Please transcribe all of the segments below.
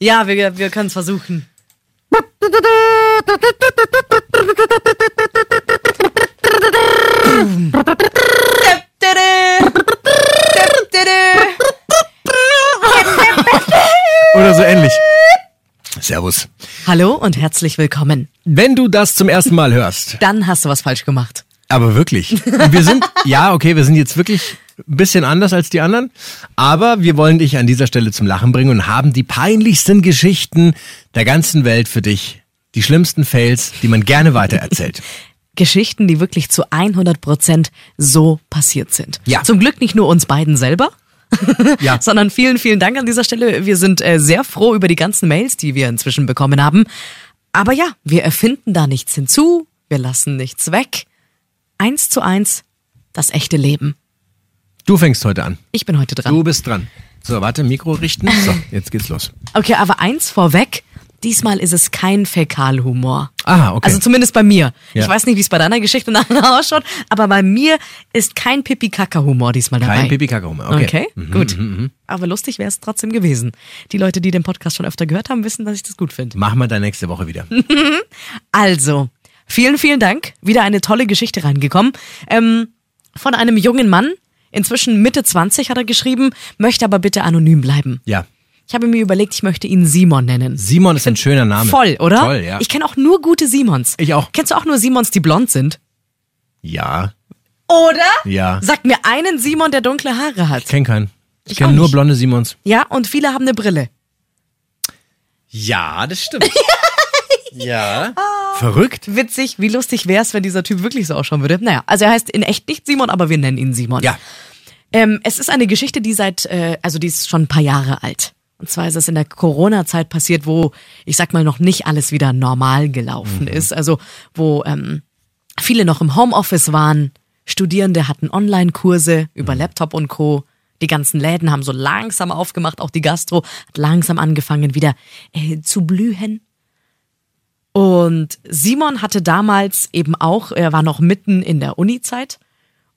Ja, wir, wir können es versuchen. Oder so ähnlich. Servus. Hallo und herzlich willkommen. Wenn du das zum ersten Mal hörst, Dann hast du was falsch gemacht. aber wirklich, wir sind, ja, okay, wir sind jetzt wirklich ein bisschen anders als die anderen, aber wir wollen dich an dieser Stelle zum Lachen bringen und haben die peinlichsten Geschichten der ganzen Welt für dich. Die schlimmsten Fails, die man gerne weitererzählt. Geschichten, die wirklich zu 100% so passiert sind. Ja. Zum Glück nicht nur uns beiden selber. Ja. Sondern vielen, vielen Dank an dieser Stelle. Wir sind äh, sehr froh über die ganzen Mails, die wir inzwischen bekommen haben. Aber ja, wir erfinden da nichts hinzu, wir lassen nichts weg. Eins zu eins, das echte Leben. Du fängst heute an. Ich bin heute dran. Du bist dran. So, warte, Mikro richten. So, jetzt geht's los. Okay, aber eins vorweg. Diesmal ist es kein Fäkalhumor. Ah, okay. Also zumindest bei mir. Ja. Ich weiß nicht, wie es bei deiner Geschichte nachher ausschaut, aber bei mir ist kein Pipi-Kaka-Humor diesmal dabei. Kein Pipi-Kaka-Humor, okay. Mhm, Okay, gut. Aber lustig wäre es trotzdem gewesen. Die Leute, die den Podcast schon öfter gehört haben, wissen, dass ich das gut finde. Machen wir da nächste Woche wieder. Also, vielen, vielen Dank. Wieder eine tolle Geschichte reingekommen. Ähm, von einem jungen Mann, inzwischen Mitte 20 hat er geschrieben, möchte aber bitte anonym bleiben. Ja. Ich habe mir überlegt, ich möchte ihn Simon nennen. Simon ist ein schöner Name. Voll, oder? Toll, ja. Ich kenne auch nur gute Simons. Ich auch. Kennst du auch nur Simons, die blond sind? ja. Oder? Ja. Sag mir einen Simon, der dunkle Haare hat. Ich kenn keinen. Ich Ich kenn auch nur nicht. blonde Simons. Ja, und viele haben eine Brille. Ja, das stimmt. ja. Ah. Verrückt? Witzig, wie lustig wär's, wenn dieser Typ wirklich so ausschauen würde. Naja, also er heißt in echt nicht Simon, aber wir nennen ihn Simon. Ja. Ähm, es ist eine Geschichte, die seit, äh, also die ist schon ein paar Jahre alt. Und zwar ist es in der Corona-Zeit passiert, wo, ich sag mal, noch nicht alles wieder normal gelaufen ist. Also wo ähm, viele noch im Homeoffice waren, Studierende hatten Online-Kurse über Laptop und Co. Die ganzen Läden haben so langsam aufgemacht, auch die Gastro hat langsam angefangen wieder äh, zu blühen. Und Simon hatte damals eben auch, er war noch mitten in der Uni-Zeit.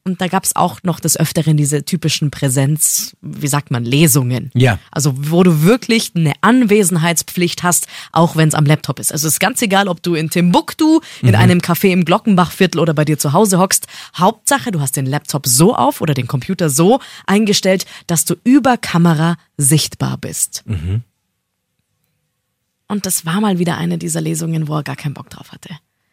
Und da gab's auch noch des Öfteren diese typischen Präsenz, wie sagt man, Lesungen. Ja. Also wo du wirklich eine Anwesenheitspflicht hast, auch wenn es am Laptop ist. Also es ist ganz egal, ob du in Timbuktu, in einem Café im Glockenbachviertel oder bei dir zu Hause hockst. Hauptsache, du hast den Laptop so auf oder den Computer so eingestellt, dass du über Kamera sichtbar bist. Und das war mal wieder eine dieser Lesungen, wo er gar keinen Bock drauf hatte.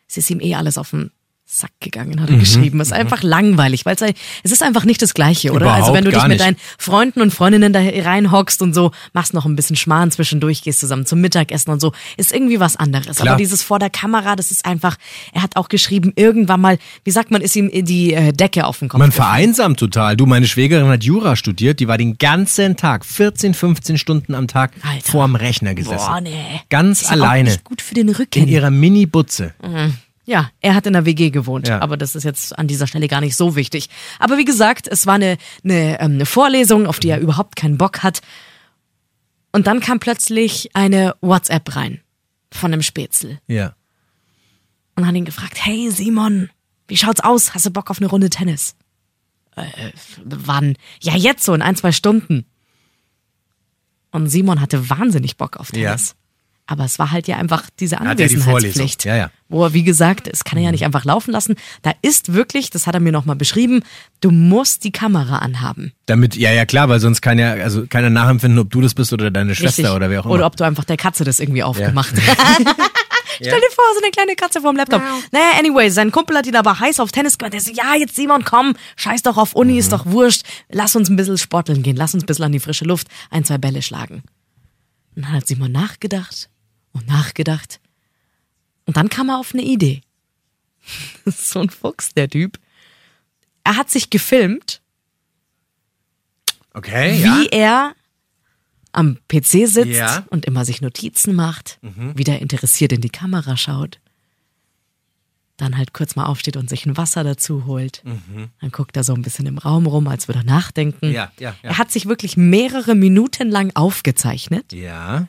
Es ist ihm eh alles auf den Sack gegangen, Mhm. hat er geschrieben. Es ist einfach langweilig, weil es es ist einfach nicht das Gleiche, oder? also Überhaupt wenn du dich gar mit nicht. deinen Freunden und Freundinnen da reinhockst und so, machst noch ein bisschen Schmarrn zwischendurch, gehst zusammen zum Mittagessen und so, ist irgendwie was anderes. Klar. Aber dieses vor der Kamera, das ist einfach, er hat auch geschrieben, irgendwann mal, wie sagt man, ist ihm die äh, Decke auf den Kopf. Man vereinsamt total. Du, meine Schwägerin hat Jura studiert, die war den ganzen Tag, 14, 15 Stunden am Tag Alter. vorm Rechner gesessen. Boah, nee. Ganz ist ja Auch alleine. nicht gut für den Rücken. In ihrer Mini-Butze. Mhm. Ja, er hat in der WG gewohnt, Ja. aber das ist jetzt an dieser Stelle gar nicht so wichtig. Aber wie gesagt, es war eine, eine, ähm, eine Vorlesung, auf die er überhaupt keinen Bock hat. Und dann kam plötzlich eine WhatsApp rein von einem Spätzle Ja. und hat ihn gefragt, hey Simon, wie schaut's aus? Hast du Bock auf eine Runde Tennis? Äh, wann? Ja, jetzt so, in ein, zwei Stunden. Und Simon hatte wahnsinnig Bock auf Ja. Tennis. Aber es war halt ja einfach diese Hat ja die Anwesenheitspflicht. Vorlesung. Ja, ja. Wo er, wie gesagt, es kann er ja nicht einfach laufen lassen. Da ist wirklich, das hat er mir nochmal beschrieben, du musst die Kamera anhaben. Damit, ja, ja, klar, weil sonst kann ja, also keiner nachempfinden, ob du das bist oder deine Schwester Richtig. oder wer auch immer. Oder ob du einfach der Katze das irgendwie aufgemacht hast. Stell dir vor, so eine kleine Katze vorm Laptop. Naja, anyway, sein Kumpel hat ihn aber heiß auf Tennis gemacht. Der so, ja, jetzt Simon, komm, scheiß doch auf Uni, Mhm. ist doch wurscht. Lass uns ein bisschen sporteln gehen, lass uns ein bisschen an die frische Luft ein, zwei Bälle schlagen. Und dann hat Simon nachgedacht und nachgedacht. Und dann kam er auf eine Idee. so ein Fuchs, der Typ. Er hat sich gefilmt okay, ja. wie er am PC sitzt Ja. Mhm. und immer sich Notizen macht, wieder interessiert in die Kamera schaut, dann halt kurz mal aufsteht und sich ein Wasser dazu holt. Dann guckt er so ein bisschen im Raum rum, als würde er nachdenken. Mhm. Ja, ja, ja. Er hat sich wirklich mehrere Minuten lang aufgezeichnet Ja.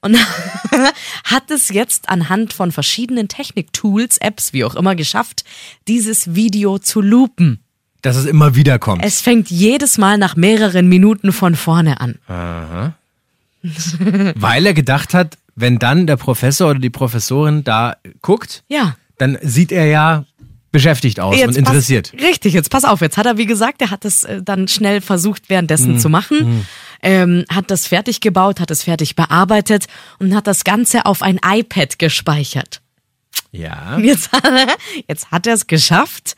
und hat es jetzt anhand von verschiedenen Technik-Tools, Apps, wie auch immer, geschafft, dieses Video zu loopen. Dass es immer wieder kommt. Es fängt jedes Mal nach mehreren Minuten von vorne an. weil er gedacht hat, wenn dann der Professor oder die Professorin da guckt, Ja. dann sieht er ja beschäftigt aus und pass- interessiert. richtig, jetzt pass auf. Jetzt hat er, wie gesagt, er hat das äh, dann schnell versucht, Hm, währenddessen zu machen. Ähm, hat das fertig gebaut, hat es fertig bearbeitet und hat das Ganze auf ein iPad gespeichert. Ja. Jetzt hat er, jetzt hat er es geschafft,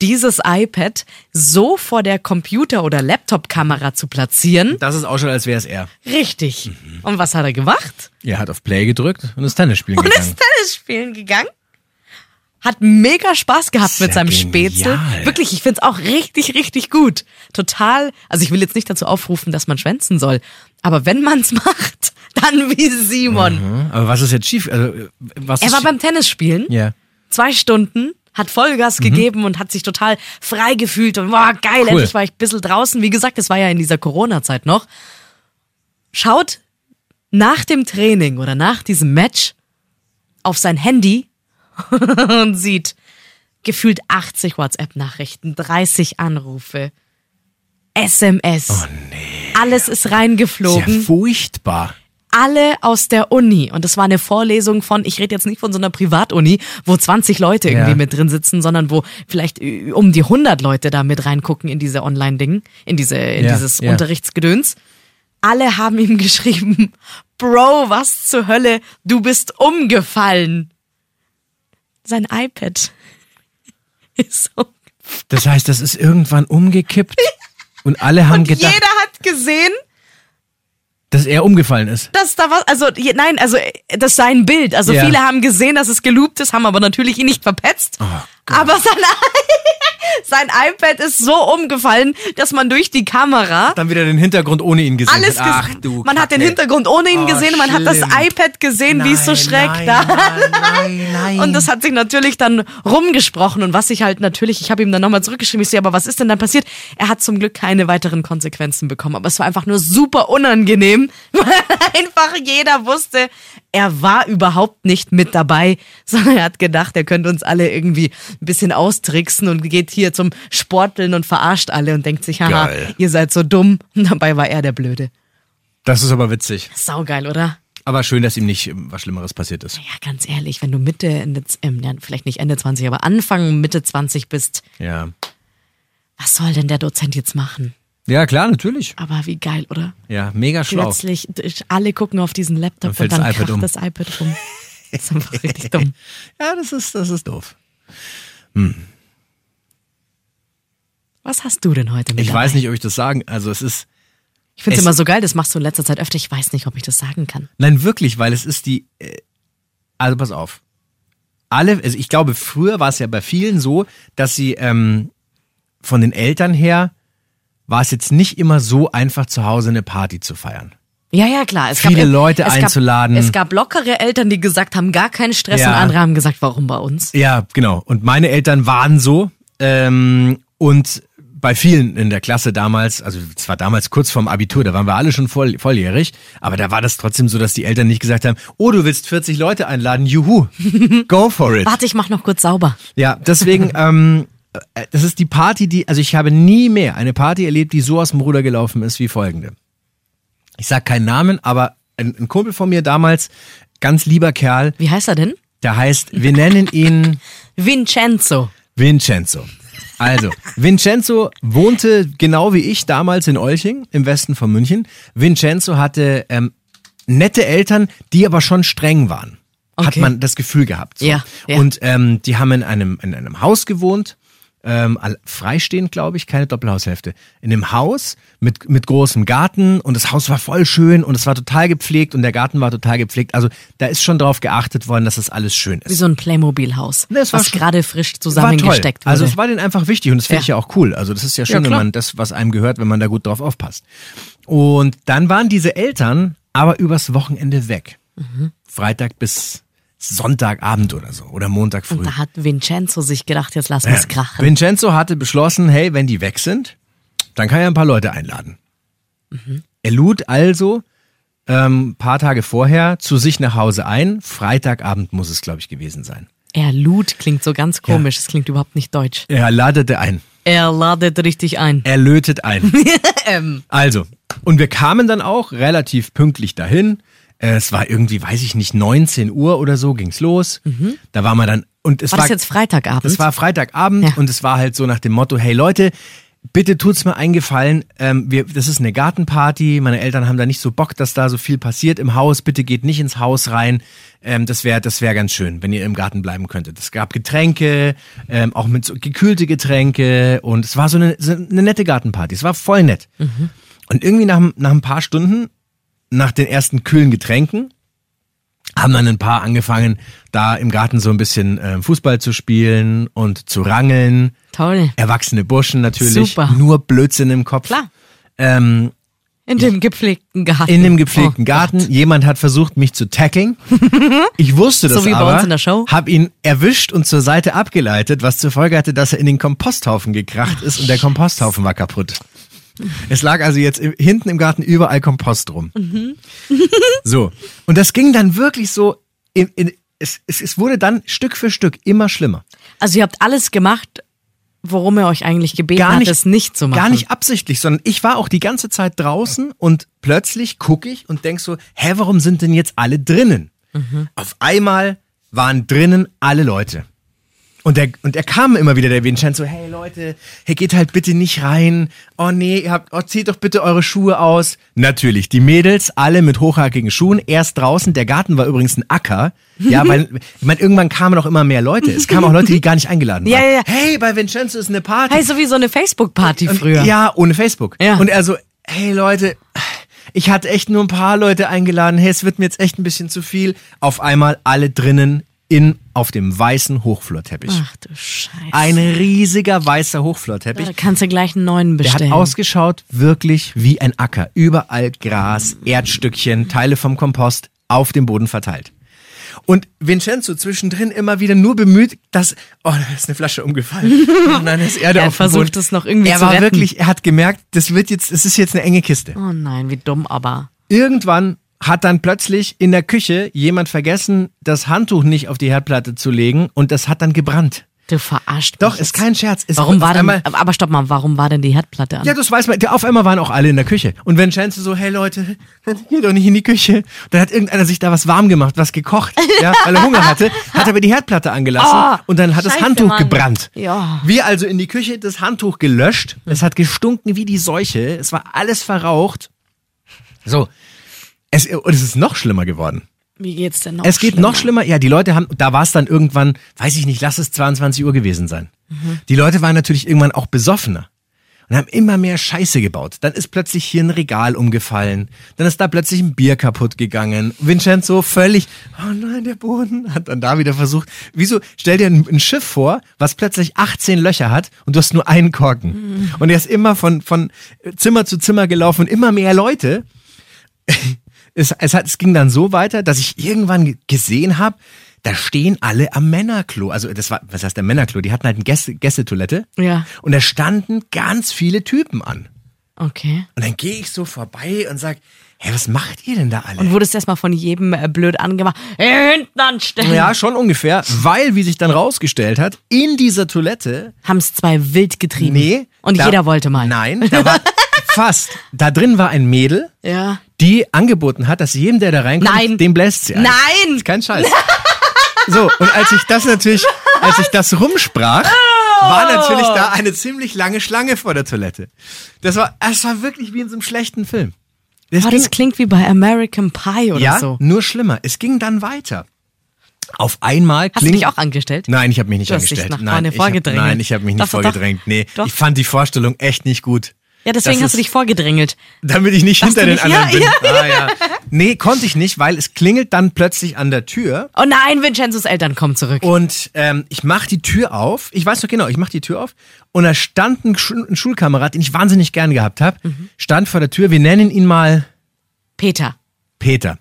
dieses iPad so vor der Computer- oder Laptop-Kamera zu platzieren. Das ist auch schon, als wäre es er. Richtig. Mhm. Und was hat er gemacht? Er hat auf Play gedrückt und ist Tennis spielen Und gegangen. ist Tennis spielen gegangen. Hat mega Spaß gehabt Sehr mit seinem genial. Spätzle. Wirklich, ich find's auch richtig, richtig gut. Total. Also ich will jetzt nicht dazu aufrufen, dass man schwänzen soll. Aber wenn man's macht, dann wie Simon. Hm? Aber was ist jetzt schief? Also, äh, was Er ist war schief? beim Tennisspielen. Ja. zwei Stunden, hat Vollgas gegeben und hat sich total frei gefühlt und war geil, Cool. endlich war ich ein bisschen draußen. Wie gesagt, das war ja in dieser Corona-Zeit noch. Schaut nach dem Training oder nach diesem Match auf sein Handy und sieht gefühlt 80 WhatsApp-Nachrichten, 30 Anrufe, SMS. Alles ist Sehr reingeflogen furchtbar. alle aus der Uni. Und das war eine Vorlesung von, ich rede jetzt nicht von so einer Privatuni, wo 20 Leute irgendwie Ja. mit drin sitzen, sondern wo vielleicht äh, um die 100 Leute da mit reingucken in diese Online-Ding, in, diese, in Ja, dieses ja. Unterrichtsgedöns. Alle haben ihm geschrieben, Bro, was zur Hölle, du bist umgefallen. Sein iPad ist um. Das heißt, das ist irgendwann umgekippt und alle haben Und jeder gedacht, hat gesehen, dass er umgefallen ist. dass da was, also je, nein, also äh, das sei ein Bild. Also Ja. Oh viele haben gesehen, dass es geloopt ist, haben aber natürlich ihn nicht verpetzt. aber sein, sein iPad ist so umgefallen, dass man durch die Kamera Dann wieder den Hintergrund ohne ihn gesehen. alles hat. gesehen, man hat den Kacke. Hintergrund ohne ihn Oh, gesehen, man hat das schlimm. iPad gesehen, wie es so schräg nein, da. Nein, nein, nein. Und das hat sich natürlich dann rumgesprochen und was ich halt natürlich, ich habe ihm dann nochmal zurückgeschrieben, ich so, ja, aber was ist denn dann passiert? Er hat zum Glück keine weiteren Konsequenzen bekommen, aber es war einfach nur super unangenehm, weil einfach jeder wusste, er war überhaupt nicht mit dabei, sondern er hat gedacht, er könnte uns alle irgendwie ein bisschen austricksen und geht hier zum Sporteln und verarscht alle und denkt sich, haha, Geil. ihr seid so dumm und dabei war er der Blöde. das ist aber witzig. Saugeil, oder? Aber schön, dass ihm nicht ähm, was Schlimmeres passiert ist. Ja, ganz ehrlich, wenn du Mitte, Ende, ähm, ja, vielleicht nicht Ende 20, aber Anfang, Mitte 20 bist, Ja. was soll denn der Dozent jetzt machen? Ja, klar, natürlich. Aber wie geil, oder? Ja, mega schlau. Plötzlich, alle gucken auf diesen Laptop Dann fällt und dann das iPad kracht um. das iPad rum. Das ist einfach richtig dumm. Ja, das ist, das ist doof. Was hast du denn heute mit Ich dabei? weiß nicht, ob ich das sagen. Also es ist. Ich finde es es- immer so geil, das machst du in letzter Zeit öfter. Ich weiß nicht, ob ich das sagen kann. Nein, wirklich, weil es ist die. äh, Also pass auf. Alle, also ich glaube, früher war es ja bei vielen so, dass sie ähm, von den Eltern her war es jetzt nicht immer so einfach, zu Hause eine Party zu feiern. Ja, ja, klar. Es Viele gab, Leute es einzuladen. Gab, es gab lockere Eltern, die gesagt haben, gar keinen Stress Ja. und andere haben gesagt, warum bei uns? Ja, genau. Und meine Eltern waren so. Ähm, und bei vielen in der Klasse damals, also es war damals kurz vorm Abitur, da waren wir alle schon voll, volljährig, aber da war das trotzdem so, dass die Eltern nicht gesagt haben, oh, du willst 40 Leute einladen, juhu, go for it. Warte, ich mach noch kurz sauber. Ja, deswegen, ähm, äh, das ist die Party, die, also ich habe nie mehr eine Party erlebt, die so aus dem Ruder gelaufen ist wie folgende. Ich sag keinen Namen, aber ein, ein Kumpel von mir damals, ganz lieber Kerl, Wie heißt er denn? der heißt, wir nennen ihn Vincenzo. Vincenzo. Also, Vincenzo wohnte genau wie ich damals in Olching, im Westen von München. Vincenzo hatte ähm, nette Eltern, die aber schon streng waren. Hat Okay. man das Gefühl gehabt. So. Ja, ja. Und ähm, die haben in einem, in einem Haus gewohnt. ähm, all- freistehend, glaube ich, keine Doppelhaushälfte. In dem Haus mit, mit großem Garten und das Haus war voll schön und es war total gepflegt und der Garten war total gepflegt. Also da ist schon drauf geachtet worden, dass das alles schön ist. Wie so ein Playmobil-Haus, Nee, Ne, es war was schon- gerade frisch War toll. zusammengesteckt wurde. Also es war denen einfach wichtig und das finde ich ja Ja. auch cool. Also das ist ja schön, wenn klar. man das, was einem gehört, wenn man da gut drauf aufpasst. Und dann waren diese Eltern aber übers Wochenende weg. Mhm. Freitag bis Sonntagabend oder so oder Montag früh. da hat Vincenzo sich gedacht, jetzt lass uns krachen. Vincenzo hatte beschlossen, hey, wenn die weg sind, dann kann er ein paar Leute einladen. Mhm. Er lud also ähm, ein paar Tage vorher zu sich nach Hause ein. Freitagabend muss es, glaube ich, gewesen sein. Er lud klingt so ganz komisch, es klingt überhaupt nicht deutsch. Er ladete ein. Er ladet richtig ein. Er lötet ein. Ähm. also, und wir kamen dann auch relativ pünktlich dahin. Es war irgendwie, weiß ich nicht, 19 Uhr oder so ging's los. Da waren wir dann und Mhm. es War war, das jetzt Freitagabend? Das war Freitagabend Ja. und es war halt so nach dem Motto, hey Leute, bitte tut's mir eingefallen, ähm, wir, das ist eine Gartenparty, meine Eltern haben da nicht so Bock, dass da so viel passiert im Haus, bitte geht nicht ins Haus rein, ähm, das wäre das wär ganz schön, wenn ihr im Garten bleiben könntet. Es gab Getränke, ähm, auch mit so gekühlte Getränke und es war so eine, so eine nette Gartenparty, es war voll nett. Und irgendwie nach, nach ein paar Stunden, nach den ersten kühlen Getränken, haben dann ein paar angefangen, da im Garten so ein bisschen ähm, Fußball zu spielen und zu rangeln. Toll. Erwachsene Burschen natürlich, Super. nur Blödsinn im Kopf. Klar. Ähm, In dem gepflegten Garten. in dem gepflegten Oh. Garten, jemand hat versucht, mich zu tackeln. Ich wusste das So wie bei aber, uns in der Show. hab ihn erwischt und zur Seite abgeleitet, was zur Folge hatte, dass er in den Komposthaufen gekracht ist und der Komposthaufen war kaputt. Es lag also jetzt im, hinten im Garten überall Kompost rum. Mhm. So. Und das ging dann wirklich so, in, in, es, es, es wurde dann Stück für Stück immer schlimmer. Also ihr habt alles gemacht, worum er euch eigentlich gebeten Gar nicht, hat, es nicht zu machen. Gar nicht absichtlich, sondern ich war auch die ganze Zeit draußen und plötzlich gucke ich und denk so, hä, warum sind denn jetzt alle drinnen? Mhm. Auf einmal waren drinnen alle Leute. Und er, und er kam immer wieder, der Vincenzo, hey Leute, hey, geht halt bitte nicht rein. Oh nee, ihr habt, oh, zieht doch bitte eure Schuhe aus. Natürlich, die Mädels, alle mit hochhackigen Schuhen, erst draußen. Der Garten war übrigens ein Acker. Ja, weil, ich meine, irgendwann kamen auch immer mehr Leute. Es kamen auch Leute, die gar nicht eingeladen waren. Ja, ja, ja. Hey, bei Vincenzo ist eine Party. Hey, so wie so eine Facebook-Party Und- früher. Ja, ohne Facebook. Ja. Und er so, hey Leute, ich hatte echt nur ein paar Leute eingeladen. Hey, es wird mir jetzt echt ein bisschen zu viel. Auf einmal alle drinnen in, auf dem weißen Hochflorteppich. Ach du Scheiße. Ein riesiger weißer Hochflorteppich. da kannst du gleich einen neuen Der hat bestellen. ausgeschaut wirklich wie ein Acker. Überall Gras, Erdstückchen, Teile vom Kompost auf dem Boden verteilt. Und Vincenzo zwischendrin immer wieder nur bemüht, dass, oh, da ist eine Flasche umgefallen. Oh nein, da ist Erde Er auf dem versucht, Boden. es noch irgendwie Er zu war retten. wirklich, er hat gemerkt, das wird jetzt, es ist jetzt eine enge Kiste. oh nein, wie dumm aber. Irgendwann hat dann plötzlich in der Küche jemand vergessen, das Handtuch nicht auf die Herdplatte zu legen und das hat dann gebrannt. Du verarscht Doch, mich ist jetzt. kein Scherz. Es Warum auf war denn, einmal- aber stopp mal, warum war denn die Herdplatte an? Ja, das weiß man. Der- Auf einmal waren auch alle in der Küche. Und wenn Chance so, hey Leute, geht doch nicht in die Küche. Dann hat irgendeiner sich da was warm gemacht, was gekocht, ja, weil er Hunger hatte, hat aber die Herdplatte angelassen Ah, und dann hat das scheiße, Handtuch Mann. gebrannt. Ja. Hm. Wir also in die Küche, das Handtuch gelöscht. Es hat gestunken wie die Seuche. Es war alles verraucht. So. Es, und es ist noch schlimmer geworden. Wie geht's denn noch? Es geht noch schlimmer. Ja, die Leute haben, da war es dann irgendwann, weiß ich nicht, lass es 22 Uhr gewesen sein. Die Leute waren natürlich irgendwann auch besoffener und haben immer mehr Scheiße gebaut. Dann ist plötzlich hier ein Regal umgefallen. Dann ist da plötzlich ein Bier kaputt gegangen. Vincenzo völlig, oh nein, der Boden, hat dann da wieder versucht. Wieso, stell dir ein, ein Schiff vor, was plötzlich 18 Löcher hat und du hast nur einen Korken. Und er ist immer von, von Zimmer zu Zimmer gelaufen und immer mehr Leute es, es, hat, es ging dann so weiter, dass ich irgendwann ge- gesehen habe, da stehen alle am Männerklo. Also das war, was heißt der Männerklo? Die hatten halt eine Gäste, Gästetoilette. Ja. Und da standen ganz viele Typen an. Okay. Und dann gehe ich so vorbei und sag, hä, was macht ihr denn da alle? Und wurdest erstmal von jedem äh, blöd angemacht. Äh, Hinten anstellen. ja, schon ungefähr, weil, wie sich dann rausgestellt hat, in dieser Toilette Haben's zwei wild getrieben. Nee. Und da- jeder wollte mal. Nein, da war fast. Da drin war ein Mädel, Ja. die angeboten hat, dass jedem, der da reinkommt, Nein. dem bläst sie ein. Nein. Ist kein Scheiß. so, und als ich das natürlich, als ich das rumsprach, war natürlich da eine ziemlich lange Schlange vor der Toilette. Das war, es war wirklich wie in so einem schlechten Film. Oh, das klingt wie bei American Pie oder ja, so. nur schlimmer. Es ging dann weiter. Auf einmal Hast du klingt. dich auch angestellt? Nein, ich habe mich nicht Du hast dich angestellt. nach nein, vorne ich hab, vorgedrängelt. nein, ich habe mich nicht Doch, doch, doch. vorgedrängt. Nee, Doch. ich fand die Vorstellung echt nicht gut. Ja, deswegen Das hast du ist- dich vorgedrängelt. Damit ich nicht Hast hinter du den nicht- anderen bin. Ja, Ah, ja. Nee, konnte ich nicht, weil es klingelt dann plötzlich an der Tür. Oh nein, Vincenzos Eltern kommen zurück. Und ähm, ich mache die Tür auf. Ich weiß noch genau, ich mache die Tür auf. Und da stand ein, Schu- ein Schulkamerad, den ich wahnsinnig gern gehabt habe, Mhm. stand vor der Tür. Wir nennen ihn mal Peter. Peter.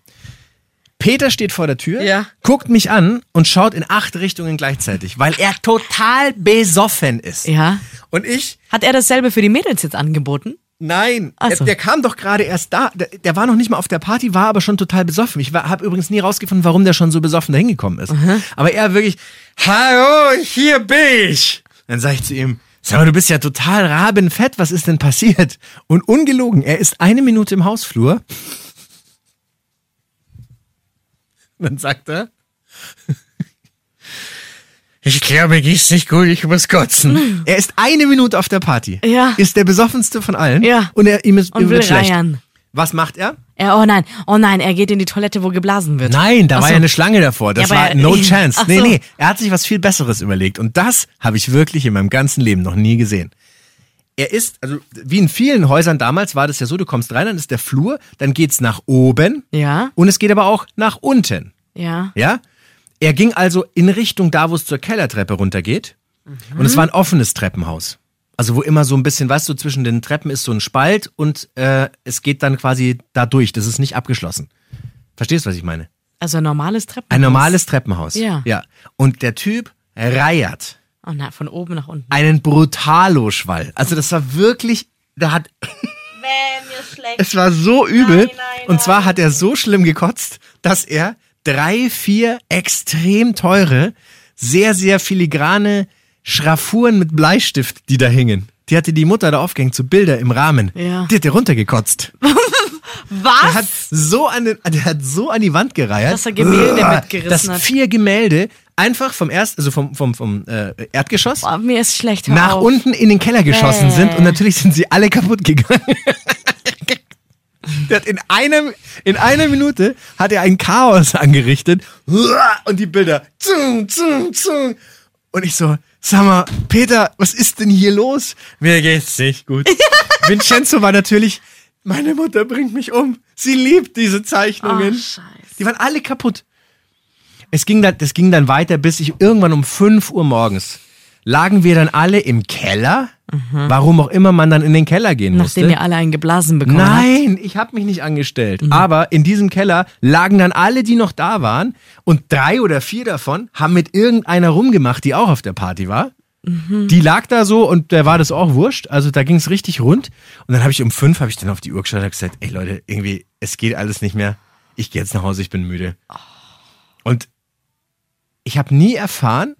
Peter steht vor der Tür, Ja. guckt mich an und schaut in acht Richtungen gleichzeitig, weil er total besoffen ist. Ja. Und ich, Hat er dasselbe für die Mädels jetzt angeboten? nein, Ach der, so. der kam doch gerade erst da. Der, der war noch nicht mal auf der Party, war aber schon total besoffen. Ich habe übrigens nie rausgefunden, warum der schon so besoffen dahin gekommen ist. Aber er wirklich, hallo, hier bin ich. Dann sage ich zu ihm, sag mal, du bist ja total rabenfett, was ist denn passiert? Und ungelogen, er ist eine Minute im Hausflur. Dann sagt er, ich glaube, mir geht's nicht gut, ich muss kotzen. Er ist eine Minute auf der Party. Ja. Ist der besoffenste von allen. Ja. Und er, ihm ist, Und ihm will wird schlecht. reiern. Was macht er? Er, oh nein, oh nein, er geht in die Toilette, wo geblasen wird. Nein, da Ach war so. ja eine Schlange davor. Das Ja, aber war er- no ich- chance. Ach nee, so. nee, er hat sich was viel Besseres überlegt. Und das habe ich wirklich in meinem ganzen Leben noch nie gesehen. Er ist, also wie in vielen Häusern damals war das ja so, du kommst rein, dann ist der Flur, dann geht's nach oben Ja. und es geht aber auch nach unten. Ja. Ja? Er ging also in Richtung da, wo es zur Kellertreppe runtergeht. Und es war ein offenes Treppenhaus. Also wo immer so ein bisschen, weißt du, zwischen den Treppen ist so ein Spalt und äh, es geht dann quasi da durch. Das ist nicht abgeschlossen. Verstehst du, was ich meine? Also ein normales Treppen. Ein normales Treppenhaus. Ja. ja. Und der Typ reiert Oh nein, von oben nach unten. einen Brutalo-Schwall. Also das war wirklich, da hat... Es war so übel. und zwar hat er so schlimm gekotzt, dass er drei, vier extrem teure, sehr, sehr filigrane Schraffuren mit Bleistift, die da hingen. Die hatte die Mutter da aufgehängt, so Bilder im Rahmen. Ja. Die hat er runtergekotzt. Der Was? hat so an, den, der hat so an die Wand gereiert. Dass er Gemälde Uah, mitgerissen dass hat. vier Gemälde einfach vom Erst, also vom, vom, vom äh, Erdgeschoss Boah, mir ist schlecht. Hör nach auf. unten in den Keller geschossen Äh. sind und natürlich sind sie alle kaputt gegangen. Der hat in, einem, in einer Minute hat er ein Chaos angerichtet und die Bilder. Zung, zung, zung. Und ich so, sag mal, Peter, was ist denn hier los? Mir geht's nicht gut. Vincenzo war natürlich, meine Mutter bringt mich um. Sie liebt diese Zeichnungen. Oh, Scheiße. Die waren alle kaputt. Es ging dann, das ging dann weiter, bis ich irgendwann um 5 Uhr morgens lagen wir dann alle im Keller. Warum auch immer man dann in den Keller gehen Nachdem musste. ihr alle einen geblasen bekommen habt. Nein, ich habe mich nicht angestellt. Aber in diesem Keller lagen dann alle, die noch da waren. Und drei oder vier davon haben mit irgendeiner rumgemacht, die auch auf der Party war. Die lag da so und der war das auch wurscht. Also da ging es richtig rund. Und dann habe ich um fünf, habe ich dann auf die Uhr geschaut und hab gesagt, ey Leute, irgendwie, es geht alles nicht mehr. Ich gehe jetzt nach Hause, ich bin müde. Und ich habe nie erfahren,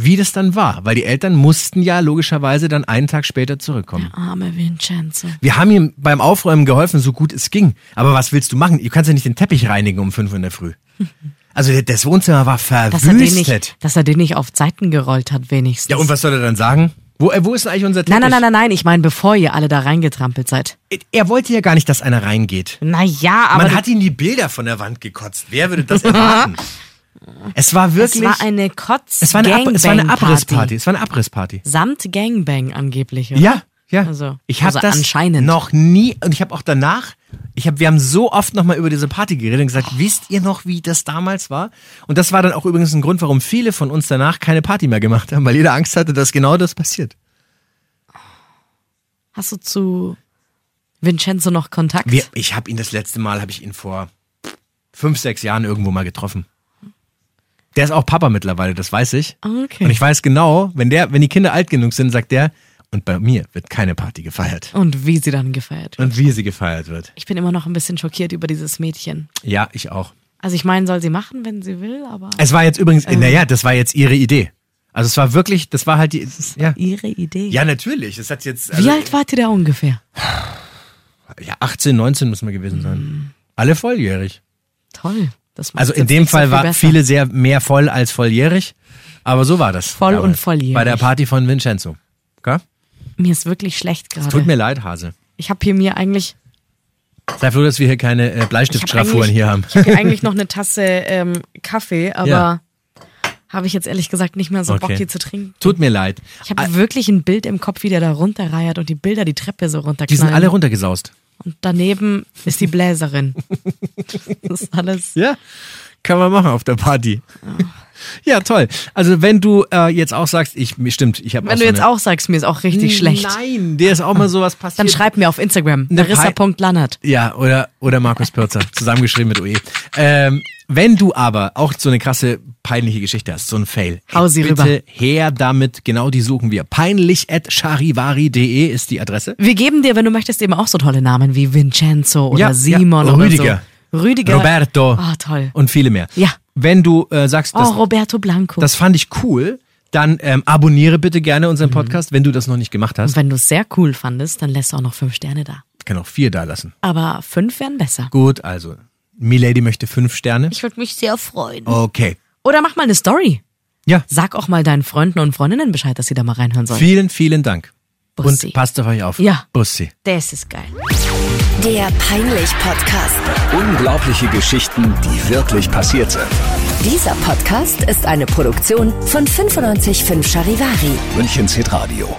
wie das dann war, weil die Eltern mussten ja logischerweise dann einen Tag später zurückkommen. Arme Vincenzo. Wir haben ihm beim Aufräumen geholfen, so gut es ging. Aber was willst du machen? Du kannst ja nicht den Teppich reinigen um 5 Uhr in der Früh. Also der- das Wohnzimmer war Dass er, den verwüstet. nicht, dass er den nicht auf Seiten gerollt hat, wenigstens. Ja, und was soll er dann sagen? Wo, äh, wo ist denn eigentlich unser Teppich? Nein, nein, nein, nein, nein. Ich meine, bevor ihr alle da reingetrampelt seid. nein. Er wollte ja gar nicht, dass einer reingeht. Naja, aber. Man hat ihm die Bilder von der Wand gekotzt. Wer würde das erwarten? es war es wirklich... war eine Kotz. es war eine, Ab es war eine Gangbang-Party. Abrissparty. Es war eine Abrissparty. Samt Gangbang angeblich. Oder? Ja, ja. Also- ich habe also das anscheinend. noch nie und ich habe auch danach, ich habe, wir haben so oft nochmal über diese Party geredet und gesagt, wisst ihr noch, wie das damals war? Und das war dann auch übrigens ein Grund, warum viele von uns danach keine Party mehr gemacht haben, weil jeder Angst hatte, dass genau das passiert. Hast du zu Vincenzo noch Kontakt? Wir, ich habe ihn das letzte Mal, habe ich ihn vor fünf, sechs Jahren irgendwo mal getroffen. Der ist auch Papa mittlerweile, das weiß ich. Okay. Und ich weiß genau, wenn der, wenn die Kinder alt genug sind, sagt der, und bei mir wird keine Party gefeiert. Und wie sie dann gefeiert wird. Und wie sie gefeiert wird. Ich bin immer noch ein bisschen schockiert über dieses Mädchen. Ja, ich auch. Also ich meine, soll sie machen, wenn sie will, aber Es war jetzt Äh. übrigens, naja, das war jetzt ihre Idee. Also es war wirklich, das war halt die, es- ja. ihre Idee. Ja, also- natürlich. Das hat jetzt, Wie alt wart ihr da ungefähr? ja, 18, 19 muss man gewesen sein. Hm. Alle volljährig. Toll. Das macht's Also in jetzt dem nicht so Fall viel waren besser. viele sehr mehr voll als volljährig. Aber so war das. Voll und volljährig. Bei der Party von Vincenzo. Okay? Mir ist wirklich schlecht Tut gerade. mir leid, Hase. Ich habe hier mir eigentlich Sei froh, dass wir hier keine äh, Bleistiftschraffuren eigentlich- hier haben. Ich habe eigentlich noch eine Tasse ähm, Kaffee, aber Ja. habe ich jetzt ehrlich gesagt nicht mehr so Bock, Okay. die zu trinken. Tut mir leid. Ah, Ich habe wirklich ein Bild im Kopf, wie der da runterreiert und die Bilder die Treppe so runterknallen. Die sind alle runtergesaust. Und daneben ist die Bläserin. das ist alles. Ja, kann man machen auf der Party. Ah. Ja, toll. Also wenn du äh, jetzt auch sagst, ich stimmt, ich habe Wenn du jetzt auch sagst, mir ist auch richtig schlecht, ne? Mm, Nein, dir ist auch mal sowas passiert. dann schreib mir auf Instagram. Eine Larissa.lannert. Ja, oder, oder Markus Pirzer, zusammengeschrieben mit OE. Ähm, wenn du aber auch so eine krasse peinliche Geschichte hast, so ein Fail, Hau sie bitte rüber. her damit, genau die suchen wir. Peinlich at charivari.de ist die Adresse. Wir geben dir, wenn du möchtest, eben auch so tolle Namen wie Vincenzo oder Ja, ja. Simon oder Rüdiger. so. Rüdiger. Roberto. Ah, toll. Und viele mehr. Ja. Wenn du äh, sagst, Oh, das, Roberto Blanco. das fand ich cool, dann ähm, abonniere bitte gerne Mhm. unseren Podcast, wenn du das noch nicht gemacht hast. Und wenn du es sehr cool fandest, dann lässt du auch noch fünf Sterne da. Ich kann auch vier da lassen. Aber fünf wären besser. Gut, also Milady möchte fünf Sterne. Ich würde mich sehr freuen. Okay. Oder mach mal eine Story. Ja. Sag auch mal deinen Freunden und Freundinnen Bescheid, dass sie da mal reinhören sollen. Vielen, vielen Dank. Bussi. Und passt auf euch auf. Ja. Bussi. Das ist geil. Der Peinlich-Podcast. Unglaubliche Geschichten, die wirklich passiert sind. Dieser Podcast ist eine Produktion von 955 Charivari. Münchens Hitradio.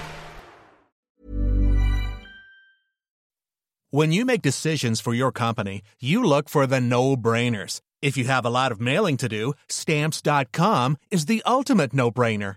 When you make decisions for your company, you look for the no brainers. If you have a lot of mailing to do, stamps.com is the ultimate no brainer.